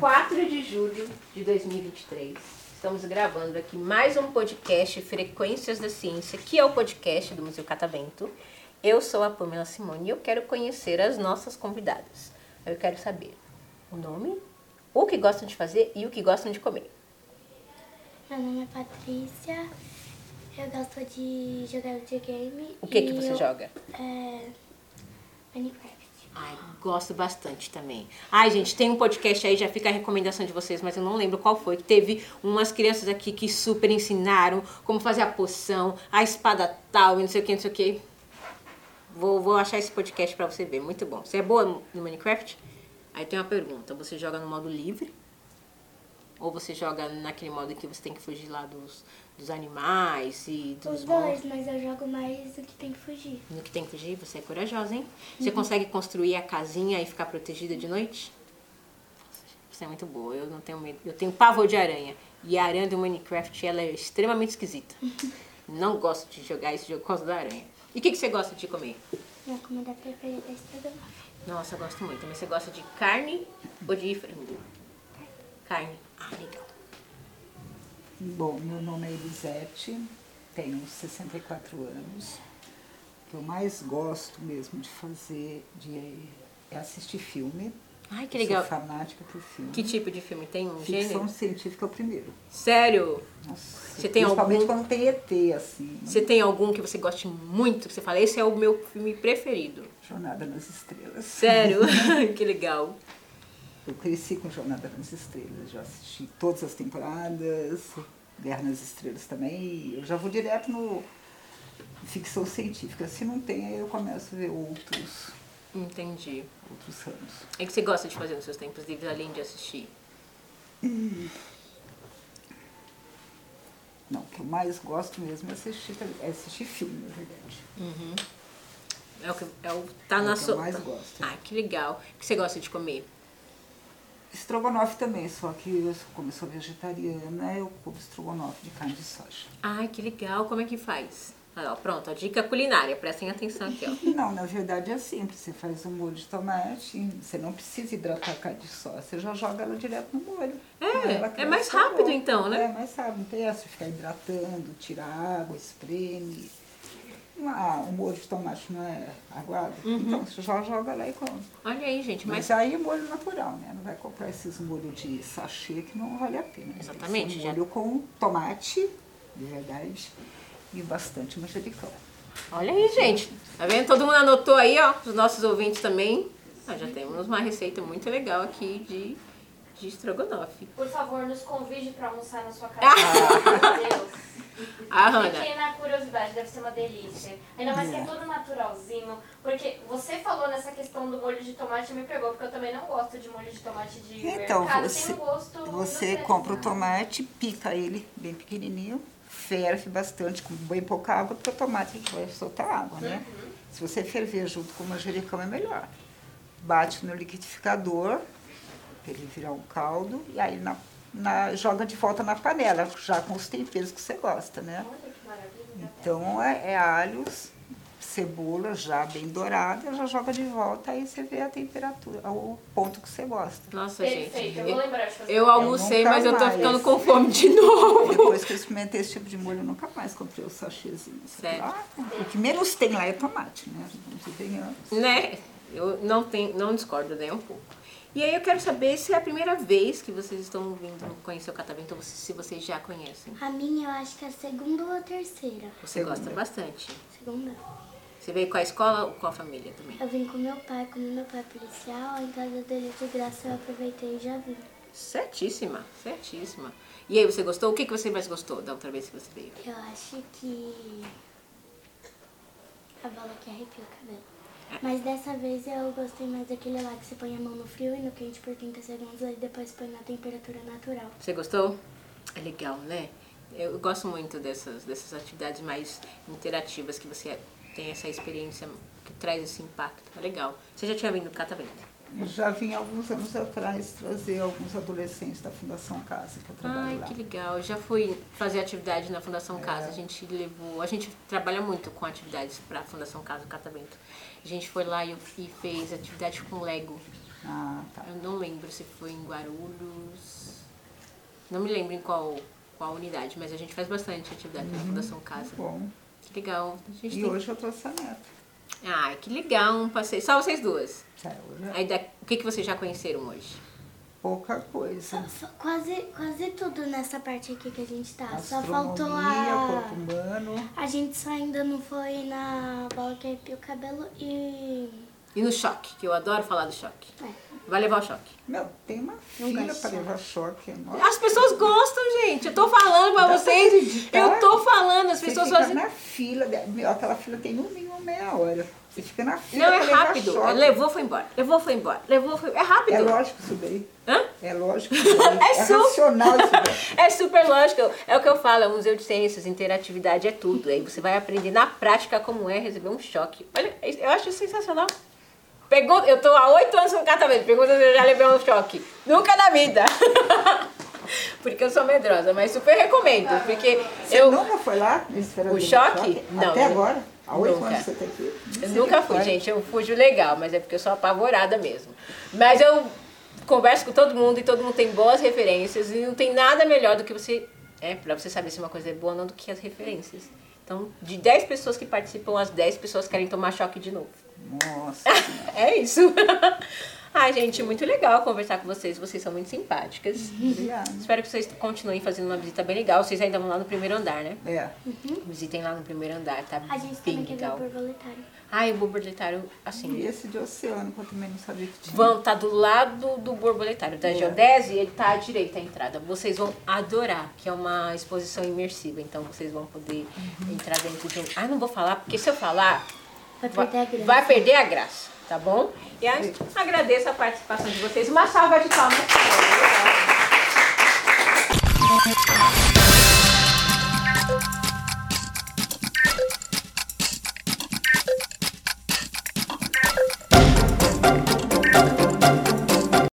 4 de julho de 2023. Estamos gravando aqui mais um podcast Frequências da Ciência, que é o podcast do Museu Catavento. Eu sou a Pamela Simone e eu quero conhecer as nossas convidadas. Eu quero saber o nome, o que gostam de fazer e o que gostam de comer. Meu nome é Patrícia, eu gosto de jogar videogame. O que e que você eu- joga? É, Minecraft. Ai, gosto bastante também. Ai, gente, tem um podcast aí, já fica a recomendação de vocês, mas eu não lembro qual foi, que teve umas crianças aqui que super ensinaram como fazer a poção, a espada tal, e não sei o que, não sei o que. Vou, vou achar esse podcast pra você ver, muito bom. Você é boa no Minecraft? Aí tem uma pergunta, você joga no modo livre? Ou você joga naquele modo que você tem que fugir lá dos, dos animais e dos Os monstros? dois, mas eu jogo mais do que tem que fugir. No que tem que fugir, você é corajosa, hein? Você consegue construir a casinha e ficar protegida de noite? Você é muito boa, eu não tenho medo. Eu tenho pavor de aranha. E a aranha do Minecraft, ela é extremamente esquisita. não gosto de jogar esse jogo por causa da aranha. E o que, que você gosta de comer? Minha comida preferida é estrogonofe. Nossa, eu gosto muito. Mas você gosta de carne ou de frango? Carne. Ah, legal. Bom, meu nome é Elisete, tenho 64 anos. O que eu mais gosto mesmo de fazer de, é assistir filme. Ai, que Eu legal. Sou fanática por filme. Que tipo de filme tem? Um Ficção gênero? científica é o primeiro. Sério? Nossa, Você tem principalmente algum- quando tem ET, assim. Você tem algum que você goste muito, que você fala, esse é o meu filme preferido? Jornada nas Estrelas. Sério? que legal. Eu cresci com Jornada nas Estrelas, já assisti todas as temporadas, Guerra nas Estrelas também. Eu já vou direto no ficção científica. Se não tem, aí eu começo a ver outros, Entendi. outros ramos. O que você gosta de fazer nos seus tempos livres, além de assistir? Não, o que eu mais gosto mesmo é assistir, tele- é assistir filme, na verdade. É o que é o, tá É o na que eu sua. mais gosto. Ah, que legal. O que você gosta de comer? Estrogonofe também, só que eu, sou- como eu sou vegetariana, eu como estrogonofe de carne de soja. Ai, que legal. Como é que faz? Ah, ó, pronto, a dica culinária. Prestem atenção aqui, ó. Não, na verdade é simples. Você faz um molho de tomate, você não precisa hidratar a carne de soja, você já joga ela direto no molho. É, Ela é cresce mais boa. rápido então, né? É mais rápido, não tem essa de ficar hidratando, tira água, espreme. Ah, o molho de tomate não é aguado? Uhum. Então você já joga lá e come. Olha aí, gente. Mas Mas aí é molho natural, né? Não vai comprar esses molhos de sachê que não vale a pena. né? Exatamente, Esse já- molho com tomate, de verdade, e bastante manjericão. olha aí, gente. Tá vendo? Todo mundo anotou aí, ó. Os nossos ouvintes também. Nós já temos uma receita muito legal aqui de, de estrogonofe. Por favor, nos convide pra almoçar na sua casa. Meu Deus. Ah, Hanna. Fiquei na curiosidade, deve ser uma delícia. Ainda mais que é tudo naturalzinho. Porque você falou nessa questão do molho de tomate e me pegou, porque eu também não gosto de molho de tomate de Então, mercado. você- tem um gosto Você diferente. né? compra o tomate, pica ele bem pequenininho, ferve bastante, com bem pouca água, porque o tomate ele vai soltar água, né? Uhum. Se você ferver junto com o manjericão, é melhor. Bate no liquidificador, pra ele virar um caldo, e aí na- na- joga de volta na panela, já com os temperos que você gosta, né? Olha que maravilha. Então é, é alhos, cebola já bem dourada, já joga de volta, aí você vê a temperatura, o ponto que você gosta. Nossa, Perfeito, eu vou gente. lembrar de fazer. Eu almocei, nunca mas eu tô mais. ficando com fome de novo. Depois que eu experimentei esse tipo de molho, eu nunca mais comprei o sachêzinho. Sério? Ah, o que menos tem lá é tomate, né? Não se tem anos. Né? Eu não, tenho, não discordo nem um pouco. E aí eu quero saber se é a primeira vez que vocês estão vindo conhecer o Catavento, ou se vocês já conhecem. A minha eu acho que é a segunda ou a terceira. Você Segunda. gosta bastante. Segunda. Você veio com a escola ou com a família também? Eu vim com meu pai, como meu pai é policial, em casa dele de graça eu aproveitei e já vim. Certíssima, certíssima. E aí, você gostou? O que, que você mais gostou da outra vez que você veio? Eu acho que a bola que arrepia o cabelo. Mas dessa vez eu gostei mais daquele lá que você põe a mão no frio e no quente por 30 segundos e depois põe na temperatura natural. Você gostou? É legal, né? Eu gosto muito dessas, dessas atividades mais interativas que você tem essa experiência que traz esse impacto. É legal. Você já tinha vindo do Catavento? Já vim alguns anos atrás trazer alguns adolescentes da Fundação Casa, que eu trabalho Ai, lá. É. que legal. Já fui fazer atividade na Fundação Casa. A gente levou. A gente trabalha muito com atividades para a Fundação Casa Cata Bento. A gente foi lá e, e fez atividade com Lego. Ah, tá. Eu não lembro se foi em Guarulhos. Não me lembro em qual, qual unidade, mas a gente faz bastante atividade na Fundação Casa. Uhum. Bom. Que legal. A gente E tem- hoje eu trouxe a neta. Ai, que legal um passeio. Só vocês duas. Tá, hoje é Aí, da... o que, que vocês já conheceram hoje? pouca coisa. Só- Quase, quase tudo nessa parte aqui que a gente Ah, tá. Só Astronomia, faltou a. corpo humano. A gente só ainda não foi na bola que arrepia o cabelo e. E no choque, que eu adoro falar do choque. É. Vai levar o choque. Meu, tem uma fila gosto. para levar choque é enorme. As pessoas gostam, gente. Eu tô falando pra Dá pra vocês. acreditar? Eu tô falando, as Você pessoas fica fazem. na fila, de- meu, aquela fila tem no mínimo meia hora. Você fica na fila Não, é pra levar rápido. choque. Levou, foi embora. Levou, foi embora. Levou, foi É rápido. É lógico isso daí. Hã? É lógico isso daí. É super. racional isso daí. É super lógico. É o que eu falo, é um museu de ciências, interatividade é tudo. Aí você vai aprender na prática como é receber um choque. Olha, eu acho isso sensacional. Pergunta, eu tô há oito anos no catamento, pergunta se eu já levei um choque. Nunca na vida. Porque eu sou medrosa, mas super recomendo. Porque Você eu. nunca foi lá nesse feriador O do choque? Não, Até eu- agora? Há oito nunca. anos você tem aqui? Eu nunca fui, gente. Eu fujo legal, mas é porque eu sou apavorada mesmo. Mas eu converso com todo mundo e todo mundo tem boas referências e não tem nada melhor do que você. É, pra você saber se uma coisa é boa ou não do que as referências. Então, de 10 pessoas que participam, as 10 pessoas querem tomar choque de novo. Nossa. É isso. Ai, gente, muito legal conversar com vocês. Vocês são muito simpáticas. Obrigada. Espero que vocês continuem fazendo uma visita bem legal. Vocês ainda vão lá no primeiro andar, né? É. Visitem lá no primeiro andar, tá? A gente bem também quer ver o legal. borboletário. Ai, o borboletário, assim, E um esse de oceano, que eu também não sabia que tinha. Vão, tá do lado do borboletário É. da Geodese, ele tá à direita a entrada. Vocês vão adorar, que é uma exposição imersiva, então vocês vão poder Uhum. entrar dentro de um. Ah, não vou falar, porque se eu falar, Vai perder a graça. vai perder a graça, tá bom? E aí, agradeço a participação de vocês. Uma salva de palmas.